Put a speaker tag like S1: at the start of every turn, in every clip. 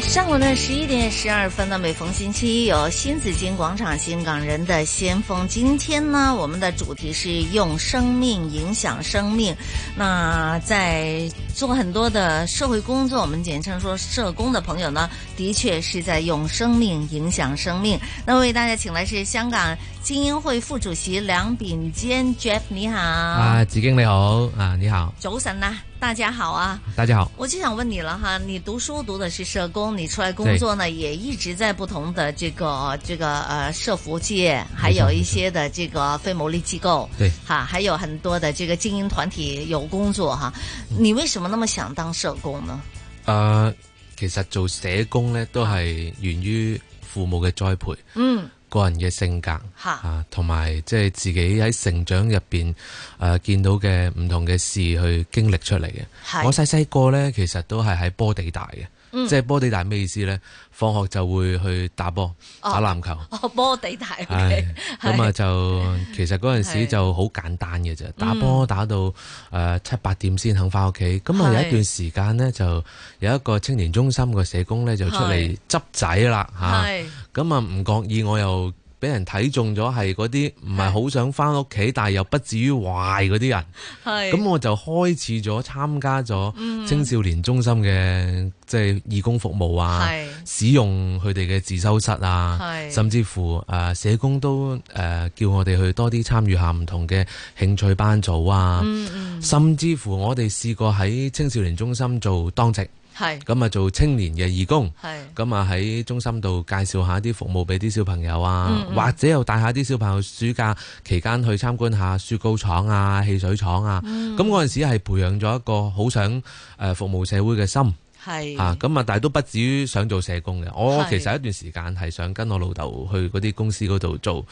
S1: 上午呢，十一点十二分呢，每逢星期一有新紫金广场新港人的先锋。今天呢，我们的主题是用生命影响生命。那在做很多的社会工作，我们简称说社工的朋友呢，的确是在用生命影响生命。那为大家请来是香港精英会副主席梁秉坚 Jeff，你好。
S2: 啊，子敬你好，啊你好，
S1: 早晨呐、大家好啊。
S2: 大家好。
S1: 我就想问你了哈，你读书读的是社工，你出来工作呢，也一直在不同的这个这个呃社服界，还有一些的这个非牟利机构，
S2: 对
S1: 哈，还有很多的这个精英团体有工作哈。
S2: 嗯
S1: 你为什么那么想当社工呢？
S2: 诶、啊其實做社工呢，都係源於父母嘅栽培，
S1: 嗯，
S2: 個人嘅性格
S1: 嚇
S2: 啊，同埋即係自己喺成長入邊诶見到嘅唔同嘅事去經歷出嚟嘅。我
S1: 係
S2: 細細個呢，其實都係喺波地大嘅，
S1: 嗯
S2: 即係波地大咩意思呢？放學就會去打波、
S1: 哦
S2: 打籃球。
S1: 哦，波地大
S2: 唉
S1: OK，
S2: 咁啊
S1: 係
S2: 就其實嗰陣時
S1: 係嗯
S2: 就好簡單嘅啫，打波打到誒七八點先肯翻屋企。咁啊
S1: 係
S2: 有一段時間呢，就有一個青年中心個社工呢，就出嚟
S1: 係
S2: 執仔啦嚇。
S1: 係
S2: 咁啊唔覺意我又俾人睇中咗係嗰啲唔係好想翻屋企，但係又不至於壞嗰啲人。
S1: 係嗯
S2: 咁我就開始咗參加咗青少年中心嘅即係義工服務啊。
S1: 係
S2: 使用佢哋嘅自修室啊，
S1: 係
S2: 甚至乎誒、呃社工都誒、呃叫我哋去多啲參與下唔同嘅興趣班組啊，
S1: 嗯嗯
S2: 甚至乎我哋試過喺青少年中心做當值，
S1: 係
S2: 咁啊做青年嘅義工。
S1: 係
S2: 咁啊喺中心度介紹下啲服務俾啲小朋友啊，
S1: 嗯嗯
S2: 或者又帶下啲小朋友暑假期間去參觀下雪糕廠啊、汽水廠啊。
S1: 嗯
S2: 咁嗰陣時係培養咗一個好想誒服務社會嘅心。
S1: 係
S2: 啊，咁啊，但係都不至於想做社工嘅。我
S1: 嗯係
S2: 其實有一段時間係想跟我老豆去嗰啲公司嗰度做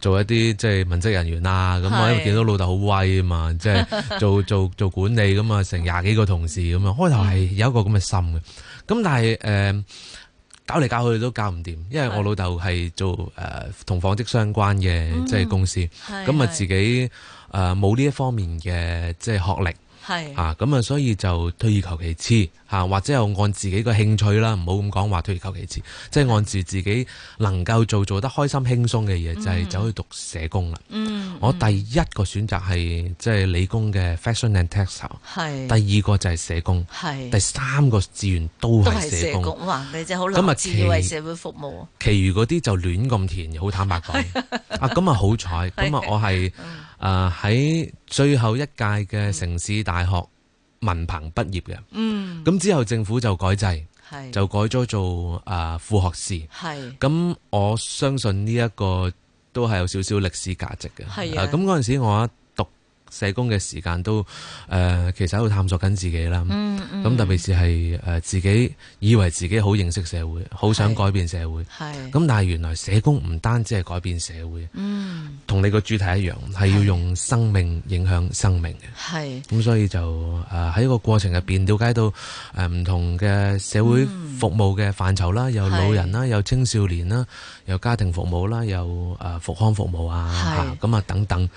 S2: 做一啲即係文職人員啊。咁我
S1: 係
S2: 因為見到老豆好威啊 嘛，即係做做做管理咁啊，成廿幾個同事咁啊，開
S1: 嗯
S2: 頭係有一個咁嘅心嘅。咁但係誒。呃搞嚟搞去都搞唔掂，因為
S1: 係
S2: 我老豆係做誒同紡織相關嘅即係公司，
S1: 嗯係
S2: 咁啊
S1: 係
S2: 自己誒冇呢一方面嘅即係學歷，
S1: 係
S2: 啊，咁啊，所以就退而求其次嚇、啊或者又按自己個興趣啦，唔好咁講話退而求其次，即係按住自己能夠做做得開心輕鬆嘅嘢，就係、走去讀社工啦。
S1: 嗯
S2: 我第一個選擇係即係理工嘅 fashion and textile，
S1: 係
S2: 第二個就係社工，
S1: 係
S2: 第三個志願都
S1: 都
S2: 係
S1: 係
S2: 社
S1: 社
S2: 工，
S1: 工哇！你真係好
S2: 咁啊
S1: 立志要為
S2: 其
S1: 社會服務啊，
S2: 其餘嗰啲就亂咁填，好坦白講。 啊，咁啊好彩，咁啊我係誒喺最後一屆嘅城市大學文憑畢業嘅。
S1: 嗯
S2: 咁之後政府就改制，
S1: 係
S2: 就改咗做啊、副學士。
S1: 係
S2: 咁我相信呢一個都係有少少歷史價值嘅。
S1: 係啊
S2: 咁嗰陣時我讀社工嘅時間都誒、呃其實喺度探索緊自己啦。咁、
S1: 嗯嗯
S2: 特別是係誒、呃自己以為自己好認識社會，好想改變社會。
S1: 係
S2: 咁但係原來社工唔單止係改變社會，
S1: 嗯
S2: 同你個主題一樣，係要用生命影響生命嘅。
S1: 係
S2: 咁所以就誒喺個過程入邊了解到誒唔同嘅社會服務嘅範疇啦，有老人啦，有青少年啦，有家庭服務啦，有誒復康服務啊，
S1: 係
S2: 嚇咁啊等等。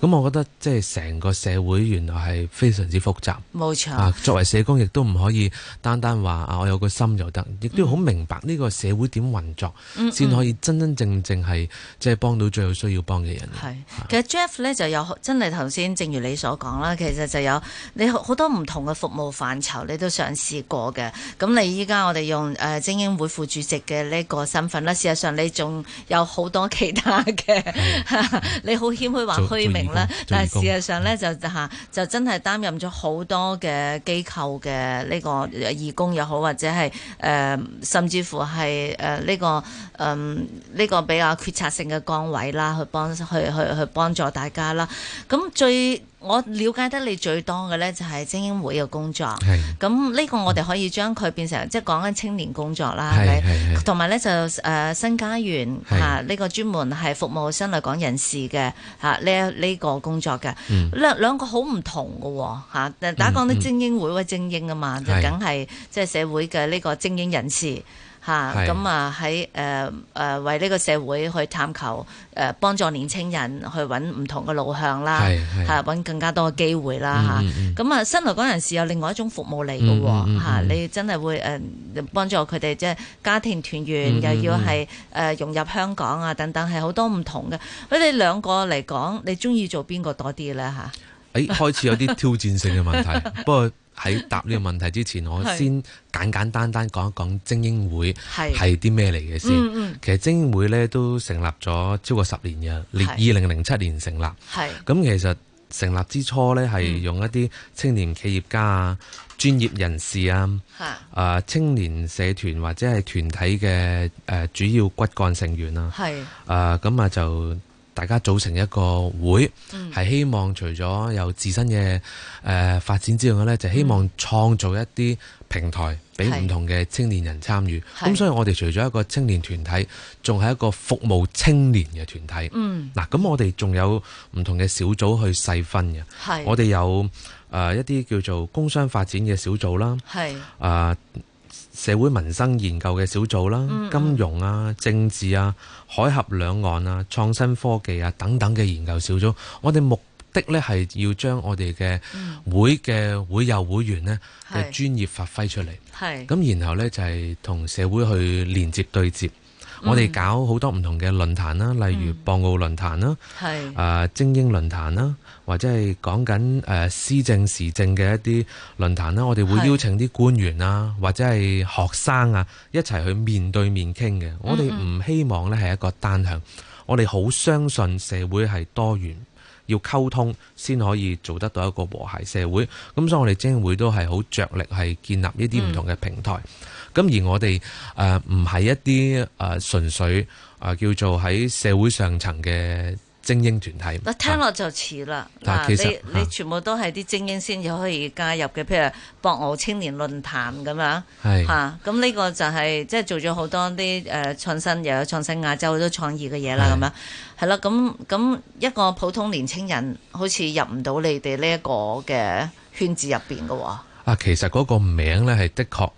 S2: 咁我覺得即係成個社會原來係非常之複雜
S1: 冇錯，
S2: 啊！作為社工亦都唔可以單單話啊，我有個心就得，亦都要好明白呢個社會點運作，先可以真真正正係即係幫到最有需要幫嘅人。
S1: 係其實 Jeff 咧就有真係頭先，正如你所講啦，其實就有你好好多唔同嘅服務範疇，你都嘗試過嘅。咁你依家我哋用誒、呃精英會副主席嘅呢個身份啦，事實上你 仲有好多其他嘅，你好謙虛話虛名啦
S2: 做做義工，
S1: 但係事
S2: 做義
S1: 實上咧就嚇就真係擔任咗好多嘅機構嘅呢個義工又好，或者係誒、呃甚至乎係誒呢個誒嗯呢、個比較決策性嘅崗位啦，去幫去去去幫助大家啦。咁最我了解得你最多嘅咧就係精英會嘅工作。
S2: 係
S1: 咁呢個我哋可以將佢變成即係講緊青年工作啦，係
S2: 係
S1: 咪？
S2: 係係
S1: 同埋咧就誒、呃新家園嚇
S2: 係
S1: 呢、個專門係服務新來港人士嘅嚇呢呢個工作嘅
S2: 嗯
S1: 兩兩個好唔同嘅喎嚇但大家講
S2: 嗯
S1: 啲
S2: 嗯
S1: 精英會或精英啊嘛，就
S2: 係
S1: 梗係即係社會嘅呢個精英人士。嚇
S2: 係
S1: 咁啊喺誒誒為呢個社會去探求誒、呃、幫助年青人去揾唔同嘅路向啦，
S2: 係啊係
S1: 嚇揾更加多嘅機會啦嚇。
S2: 嗯嗯嗯
S1: 咁啊，新來港人士有另外一種服務嚟嘅
S2: 嗯嗯
S1: 喎
S2: 嗯
S1: 嚇
S2: 嗯
S1: 你真係會誒幫助佢哋即係家庭團圓，
S2: 嗯嗯
S1: 又要係誒融入香港啊等等，係好多唔同嘅。佢哋兩個嚟講，你中意做邊個多啲咧嚇？
S2: 誒開始有啲挑戰性嘅問題，不過喺答呢個問題之前，我
S1: 係
S2: 先簡簡單單講一講精英會
S1: 係
S2: 係啲咩嚟嘅先。
S1: 嗯嗯
S2: 其實精英會咧都成立咗超過十年嘅，列
S1: 係
S2: 二零零七年成立。
S1: 係
S2: 咁其實成立之初咧係用一啲青年企業家啊、專業人士啊、
S1: 嚇
S2: 啊、青年社團或者係團體嘅誒、呃主要骨幹成員啊。
S1: 係
S2: 誒咁啊就大家組成一個會，係、
S1: 嗯
S2: 希望除咗有自身嘅誒、呃、發展之外呢，就希望創造一啲平台俾
S1: 係
S2: 唔同嘅青年人參與。
S1: 嗯係
S2: 咁所以我哋除咗一個青年團體，仲係一個服務青年嘅團體。
S1: 嗯
S2: 嗱，咁我哋仲有唔同嘅小組去細分嘅，
S1: 係
S2: 我哋有誒、呃一啲叫做工商發展嘅小組啦。
S1: 係
S2: 啊、社會民生研究嘅小組啦、
S1: 嗯嗯
S2: 金融啊、政治啊、海峽兩岸啊、創新科技啊等等嘅研究小組，我哋目的呢係要將我哋嘅會嘅會友會員呢嘅
S1: 嗯係
S2: 專業發揮出嚟，
S1: 係
S2: 咁然後呢，就係同社會去連接對接。
S1: 嗯
S2: 我哋搞好多唔同嘅論壇啦，例如博鰲論壇啦、
S1: 係
S2: 啊、精英論壇啦，或者係講緊誒施政時政嘅一啲論壇啦，我哋
S1: 係
S2: 會邀請啲官員啊，或者係學生啊，一齊去面對面傾嘅。我
S1: 嗯
S2: 哋唔希望呢係一個單向，我哋好相信社會係多元。要溝通先可以做得到一個和諧社會，咁所以我哋精英會都係好着力係建立呢啲
S1: 嗯
S2: 唔同嘅平台。咁、而我哋誒呃唔係一啲誒、呃、純粹誒、呃叫做喺社會上層嘅精英團體。啊
S1: 嗱，聽落就似啦。
S2: 但
S1: 嗱，
S2: 其實啊
S1: 你你
S2: 嚇
S1: 全部都係啲精英先至可以加入嘅，譬如博鰲青年論壇咁樣。
S2: 係
S1: 嚇，咁呢個就係即係做咗好多啲誒創新，又有創新亞洲好多創意嘅嘢啦，
S2: 係
S1: 咁樣係啦。咁咁一個普通年青人好似入唔到你哋呢一個嘅圈子入邊嘅喎。
S2: 啊，其實嗰個名呢係的確誒、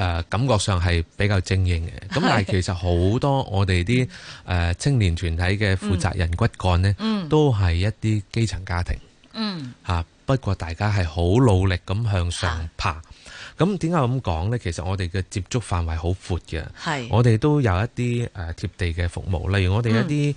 S2: 呃感覺上係比較精英 嘅，咁但係其實好多我哋啲誒青年團體嘅負責人骨幹呢，都係一啲基層家庭。
S1: 嗯，
S2: 嚇。不過大家係好努力咁向上爬。咁點解咁講呢？其實我哋嘅接觸範圍好闊嘅，
S1: 係
S2: 我哋都有一啲誒、呃、貼地嘅服務，例如我哋一
S1: 嗯
S2: 啲誒、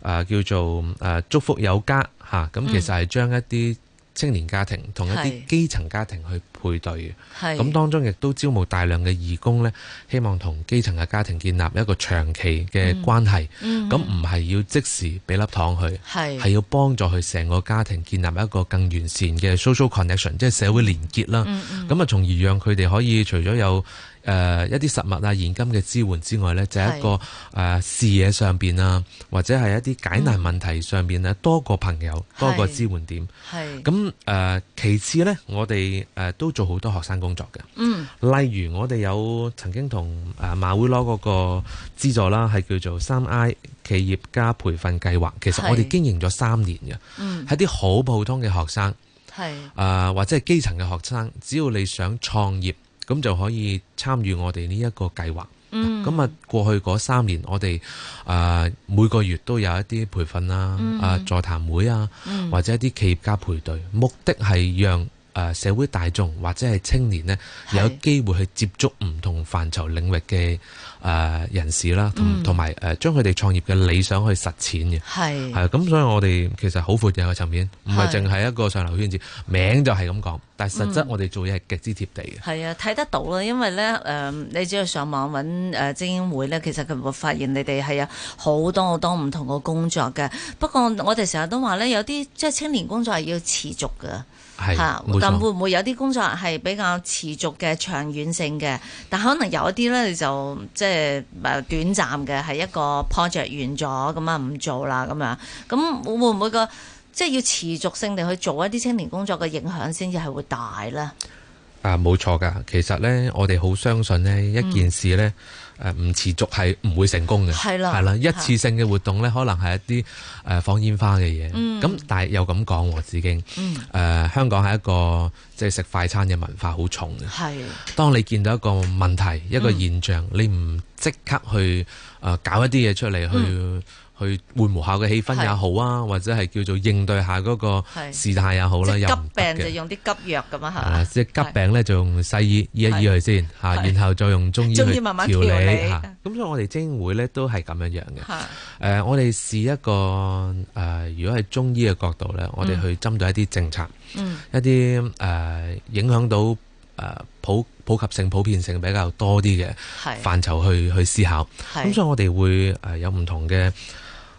S2: 呃叫做誒、呃祝福有家嚇，咁、其實係將一啲青年家庭同一
S1: 嗯係
S2: 啲基層家庭去配對嘅，
S1: 係
S2: 咁當中亦都招募大量嘅義工呢，希望同基層嘅家庭建立一個長期嘅
S1: 嗯
S2: 關係，咁唔係要即時俾粒糖佢。係
S1: 係
S2: 要幫助佢成個家庭建立一個更完善嘅 social connection，即係社會連結啦。
S1: 嗯
S2: 咁啊、從而讓佢哋可以除咗有誒、呃一啲實物啊、現金嘅支援之外呢，就係、一個誒
S1: 係、
S2: 呃視野上邊啊，或者係一啲解難問題上邊啊，多個朋友，多個
S1: 嗯係
S2: 支援點。
S1: 係
S2: 咁誒、呃其次呢，我哋誒、呃都做好多學生工作嘅。
S1: 嗯
S2: 例如我哋有曾經同誒馬會攞嗰個資助啦，係叫做三 I 企業家培訓計劃。其實
S1: 係
S2: 我哋經營咗三年嘅，
S1: 嗯
S2: 係啲好普通嘅學生，誒、
S1: 係
S2: 或者係基層嘅學生，只要你想創業，咁就可以參與我哋呢一個計劃。
S1: 嗯
S2: 咁啊，過去嗰三年，我哋誒、呃每個月都有一啲培訓啦，啊座談會啊，
S1: 嗯
S2: 或者一啲企業家配對，目的係讓誒、呃社會大眾或者係青年呢，
S1: 係
S2: 有機會去接觸唔同範疇領域嘅誒、呃人士啦，同
S1: 嗯
S2: 同埋誒將佢哋創業嘅理想去實踐嘅。
S1: 係
S2: 係啊咁，所以我哋其實好闊嘅個層面，唔係
S1: 係嗯
S2: 淨係一個上流圈子，名就係咁講，但係實質我哋做嘢係極之貼地嘅。
S1: 係啊，睇得到啦，因為咧誒、你只要上網揾誒、精英會咧，其實佢會發現你哋係有好多好多唔同嘅工作嘅。不過我哋成日都話咧，有啲即係青年工作係要持續嘅。
S2: 係
S1: 嚇，
S2: 冇
S1: 但
S2: 錯
S1: 會。唔會有啲工作係比較持續嘅、長遠性嘅？但可能有一啲咧，你就即係誒短暫嘅，係一個 project 完咗咁啊，唔做啦咁樣。咁會唔會個即係要持續性地去做一啲青年工作嘅影響先至係會大咧？
S2: 啊，冇錯噶。其實呢，我哋好相信呢一件事呢，誒唔、持續係唔會成功嘅。
S1: 嗯係啦
S2: 係啦，一
S1: 嚇
S2: 次性嘅活動呢，可能係一啲誒、呃放煙花嘅嘢。咁、
S1: 嗯
S2: 但係又咁講喎，子經誒、
S1: 嗯
S2: 呃香港係一個即係食快餐嘅文化好重嘅。
S1: 係
S2: 當你見到一個問題、一個
S1: 嗯
S2: 現象，你唔即刻去誒、呃搞一啲嘢出嚟去。去緩和下嘅氣氛
S1: 嗯係
S2: 也好啊，或者係叫做應對下嗰個
S1: 係
S2: 事態也好
S1: 即
S2: 啦，
S1: 係
S2: 又
S1: 急
S2: 唔得
S1: 病
S2: 嘅
S1: 就用啲急藥咁啊，係
S2: 係啦，
S1: 嘛？
S2: 即係急病咧，就用西醫醫一醫佢先嚇，
S1: 係
S2: 然後再用中醫去
S1: 中醫慢慢調理
S2: 理嚇。咁所以我哋精英會咧都係咁啊樣樣嘅。
S1: 嚇
S2: 誒，我哋試一個呃誒，如果係中醫嘅角度咧，我哋去針對一啲政策，
S1: 嗯
S2: 一啲誒影響到誒普普及性、普遍性比較多啲嘅
S1: 係
S2: 範疇去去思考。咁所
S1: 係
S2: 以我哋會誒有唔同嘅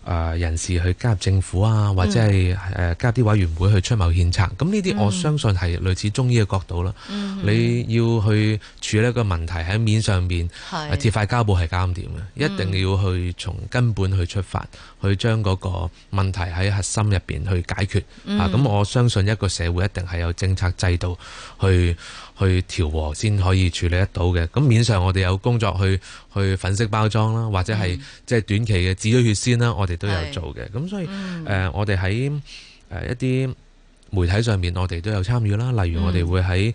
S2: 誒人士去加入政府啊，或
S1: 嗯
S2: 者係誒加入啲委員會去出謀獻策。咁呢啲我相信係類似中醫嘅角度啦。
S1: 嗯
S2: 你要去處理一個問題喺面上面，誒貼
S1: 係
S2: 塊膠布係搞唔掂嘅，一定要去從根本去出發，去將嗰個問題喺核心入邊去解決。啊，咁我相信一個社會一定係有政策制度去去調和先可以處理得到嘅。咁面上我哋有工作去去粉飾包裝啦，或者係即係短期嘅止咗血先啦，我哋都有
S1: 係
S2: 做嘅。咁所以誒、
S1: 嗯
S2: 呃我哋喺呃誒一啲媒體上面，我哋都有參與啦。例如我哋
S1: 嗯
S2: 會喺誒、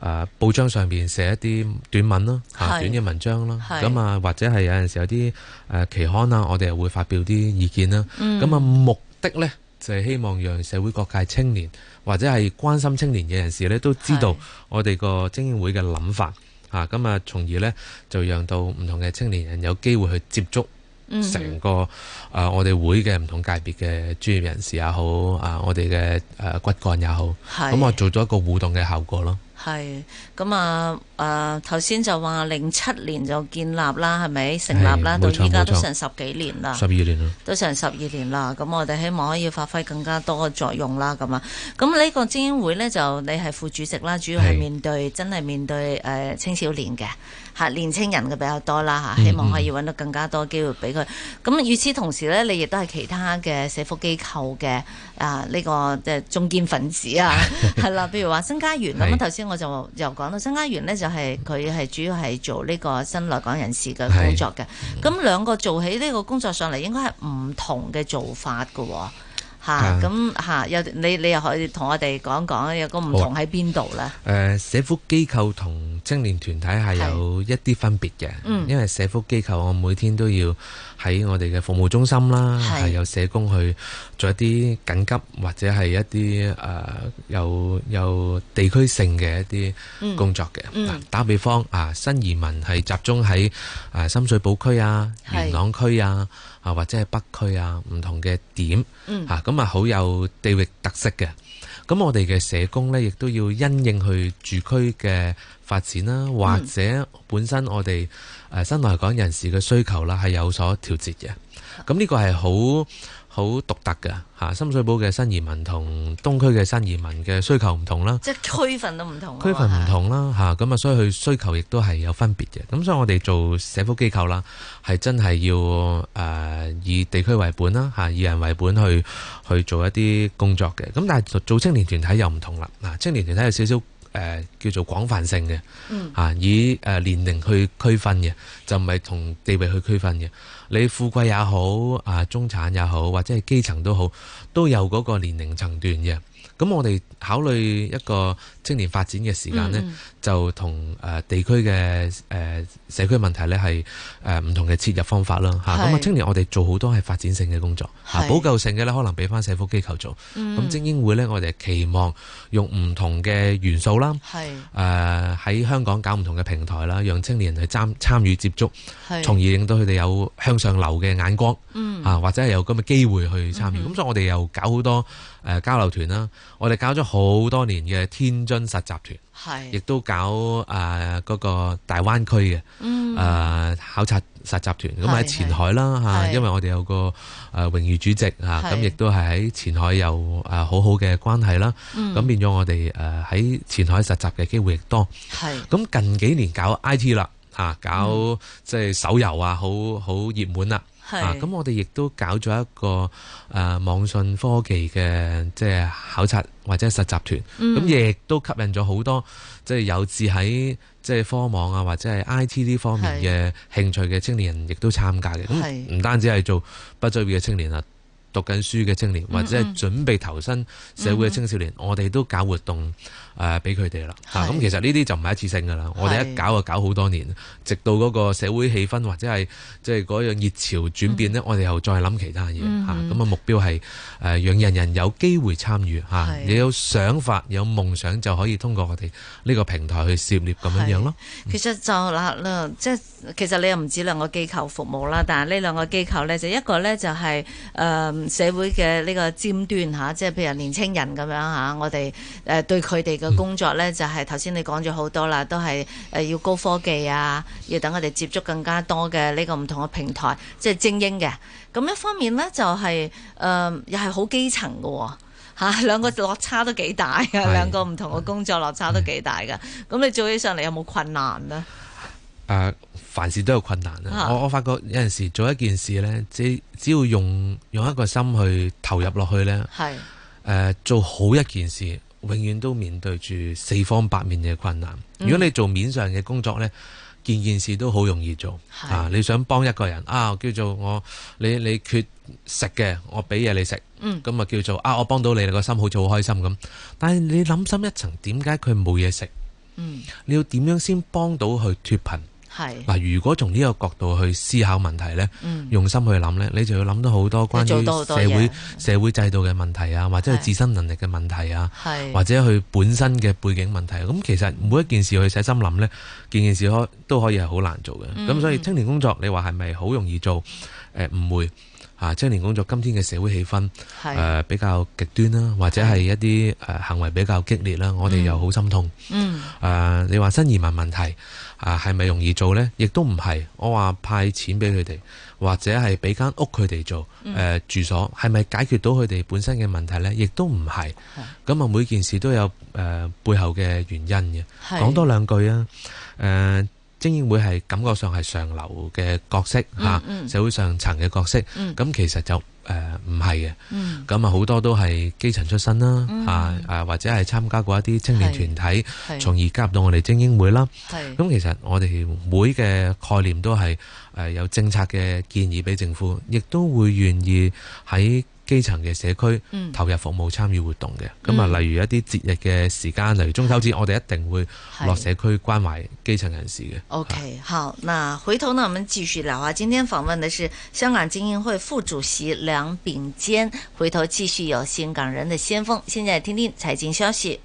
S2: 呃、報章上邊寫一啲短文啦，嚇、
S1: 係
S2: 短嘅文章啦，
S1: 係
S2: 咁啊或者係有陣時有啲誒、呃期刊啊，我哋又會發表啲意見啦。
S1: 嗯
S2: 咁啊、目的呢，就係、希望讓社會各界青年或者係關心青年嘅人士呢，都知道
S1: 係
S2: 我哋個精英會嘅諗法嚇，咁啊從而呢，就讓到唔同嘅青年人有機會去接觸。
S1: 嗯哼
S2: 成個誒、呃我哋會嘅唔同界別嘅專業人士也好，啊、我哋嘅誒骨幹也好，
S1: 係
S2: 咁我啊做咗一個互動嘅效果咯。
S1: 係咁啊！誒頭先就話零七年就建立啦，係咪成立啦？
S2: 係
S1: 到
S2: 冇錯
S1: 依家都
S2: 冇錯
S1: 成十幾年啦
S2: 十，二年啦，
S1: 都成十二年啦。咁我哋希望可以發揮更加多嘅作用啦。咁啊，咁呢個精英會呢，就你係副主席啦，主要係
S2: 係
S1: 面對真係面對誒、呃青少年嘅嚇年青人嘅比較多啦嚇，
S2: 嗯
S1: 希望可以揾到更加多機會俾佢。咁與此同時呢，你亦都係其他嘅社福機構嘅啊呢、個即係中堅分 子啊，係啦，譬如話新家園咁啊
S2: 係
S1: 頭先我就又講到新家園呢，就係佢係主要係做呢個新來港人士嘅工作嘅。咁兩個做起呢個工作上嚟，應該係唔同嘅做法嘅喎。嚇
S2: 啊
S1: 咁嚇，有你你又可以同我哋講講有個
S2: 好
S1: 唔
S2: 啊
S1: 同喺邊度咧？
S2: 誒、呃社福機構同青年團體係有一啲分別嘅，
S1: 嗯
S2: 因為社福機構我每天都要喺我哋嘅服務中心啦，
S1: 係
S2: 係有社工去做一啲緊急或者係一啲誒、呃有有地區性嘅一啲。
S1: 嗯
S2: 工作嘅。
S1: 嗯
S2: 嗱打比方啊，新移民係集中喺啊深水埗區啊、
S1: 係
S2: 元朗區啊，啊或者係北區啊唔同嘅點
S1: 嗯
S2: 嚇，咁啊好有地域特色嘅。咁我哋嘅社工呢，亦都要因應去住區嘅發展啦，或者本身我哋誒新來港人士嘅需求啦，係有所調節嘅。咁呢個係好好獨特嘅嚇，深水埗嘅新移民同東區嘅新移民嘅需求唔同啦。
S1: 即係區分都唔同啊嘛。
S2: 區分唔
S1: 嚇
S2: 同啦嚇，咁啊，所以佢需求亦都係有分別嘅。咁所以我哋做社福機構啦，係真係要誒、呃以地區為本啦嚇，以人為本去去做一啲工作嘅。咁但係做做青年團體又唔同啦。嗱，青年團體有少少誒、呃叫做廣泛性嘅，
S1: 嗯
S2: 啊以誒、呃年齡去區分嘅，就唔係同地域去區分嘅。你富貴也好，啊中產也好，或者係基層都好，都有嗰個年齡層段嘅。咁我哋考慮一個青年發展嘅時間呢，
S1: 嗯嗯
S2: 就同誒、呃地區嘅誒、呃社區問題呢係誒唔同嘅切入方法啦嚇。咁啊
S1: 係，
S2: 青年我哋做好多係發展性嘅工作嚇，
S1: 係嗯
S2: 補救性嘅呢可能俾翻社福機構做。咁、精英會呢，我哋期望用唔同嘅元素啦。
S1: 係
S2: 誒喺、香港搞唔同嘅平台啦，讓青年人去參參與接觸，
S1: 係，
S2: 從而令到佢哋有向上流嘅眼光，
S1: 嗯
S2: 啊或者係有咁嘅機會去參與。咁、所以我哋又搞好多誒、呃交流團啦，我哋搞咗好多年嘅天津實習團，亦
S1: 係
S2: 都搞呃誒嗰、個大灣區嘅誒、呃考察實習團，咁
S1: 嗯係
S2: 喺前海啦嚇、
S1: 係
S2: 因為我哋有個誒、呃、榮譽主席嚇，
S1: 係
S2: 咁亦都係喺前海有誒、呃好好嘅關係啦。
S1: 嗯
S2: 咁、變咗我哋誒喺前海實習嘅機會亦多。
S1: 係
S2: 咁近幾年搞 I T 啦，嚇、搞即係手遊啊，好好熱門啦。
S1: 係
S2: 啊，咁我哋亦都搞咗一個誒、呃、網信科技嘅即係考察或者實習團，
S1: 嗯
S2: 咁亦、都吸引咗好多即係有志喺即係科網啊或者係 I T 呢方面嘅興趣嘅青年人，亦都參加嘅。
S1: 係
S2: 咁唔單止係做畢咗業嘅青年啦。讀緊書嘅青
S1: 嗯
S2: 年，或者係準備投身社會嘅青少年，我哋都搞活動誒俾佢哋啦。嚇
S1: 係
S2: 咁其實呢啲就唔係一次性㗎啦，我哋
S1: 係
S2: 一搞就搞好多年，直到嗰個社會氣氛或者係即係嗰樣熱潮轉變呢，我哋又再諗其他嘢
S1: 嗯
S2: 嚇。咁啊目標係誒呃讓人人有機會參與嚇
S1: 係，啊
S2: 你有想法有夢想就可以通過我哋呢個平台去涉獵咁樣樣咯。
S1: 其實就嗱啦，即係其實你又唔止兩個機構服務啦，但係呢兩個機構咧，就一個咧就係、誒社會嘅呢個尖端嚇，即係譬如年青人咁樣嚇，我哋誒呃對佢哋嘅工作咧，就係頭先你講咗好多啦，都係誒要高科技啊，要等佢哋接觸更加多嘅呢個唔同嘅平台，即係精英嘅。咁一方面咧就係、誒又係好基層嘅喎。嚇、兩
S2: 嗯
S1: 個落差都幾大啊！兩個唔同嘅工作落差都幾大㗎。
S2: 嗯
S1: 咁你做起上嚟有冇困難呢？
S2: 誒、啊凡事都有困難啊！
S1: 啊
S2: 我我發覺有陣時做一件事呢，只只要用用一個心去投入落去呢，
S1: 係
S2: 誒、呃做好一件事，永遠都面對住四方八面嘅困難。
S1: 嗯
S2: 如果你做面上嘅工作呢，件件事都好容易做。
S1: 係
S2: 啊，你想幫一個人啊，叫做我你你缺食嘅，我俾嘢你食，
S1: 嗯
S2: 咁啊叫做啊，我幫到你，你個心好似好開心咁。但係你諗深一層，點解佢冇嘢食？
S1: 嗯
S2: 你要點樣先幫到佢脱貧？
S1: 係
S2: 嗱，如果從呢個角度去思考問題呢，
S1: 嗯
S2: 用心去諗呢，你就要諗到好多關
S1: 要
S2: 於
S1: 做到好多
S2: 社
S1: 嘢
S2: 會社會制度嘅問題啊，或者係
S1: 係
S2: 自身能力嘅問題啊，
S1: 係
S2: 或者佢本身嘅背景問題。啊咁其實每一件事去細心諗呢，件件事可都可以係好難做嘅。咁、
S1: 嗯
S2: 所以青年工作，你話係咪好容易做？誒、呃唔會啊！青年工作今天嘅社會氣氛誒、呃
S1: 係
S2: 比較極端啦，或者係一啲誒、呃行為比較激烈啦，我哋又好心痛。誒、
S1: 嗯
S2: 呃你話新移民問題啊，係咪容易做呢？亦都唔係。我話派錢俾佢哋，或者係俾間屋佢哋做誒、
S1: 嗯
S2: 呃住所，係咪解決到佢哋本身嘅問題呢？亦都唔係。咁啊，每件事都有誒、呃背後嘅原因嘅。
S1: 係
S2: 講多兩句啊，誒、精英會係感覺上係上流嘅角色嚇、
S1: 嗯嗯
S2: 社會上層嘅角色。咁、
S1: 嗯
S2: 其實就誒唔係嘅。
S1: 嗯
S2: 咁啊，好多都係基層出身啦，啊啊或者係參加過一啲青年團體，
S1: 係
S2: 從而加入到我哋精英會啦。
S1: 係
S2: 咁其實我哋會嘅概念都係誒有政策嘅建議俾政府，亦都會願意喺基層嘅社區
S1: 嗯
S2: 投入服務參與活動嘅。咁啊
S1: 嗯，
S2: 例如一啲節日嘅時間，例如中秋節，我哋一定會
S1: 係
S2: 落社區關懷基層人士嘅。
S1: OK，好，那回头呢，我们继续聊啊。今天访问的是香港精英会副主席梁秉坚，回头继续有新港人的先锋。现在听听财经消息。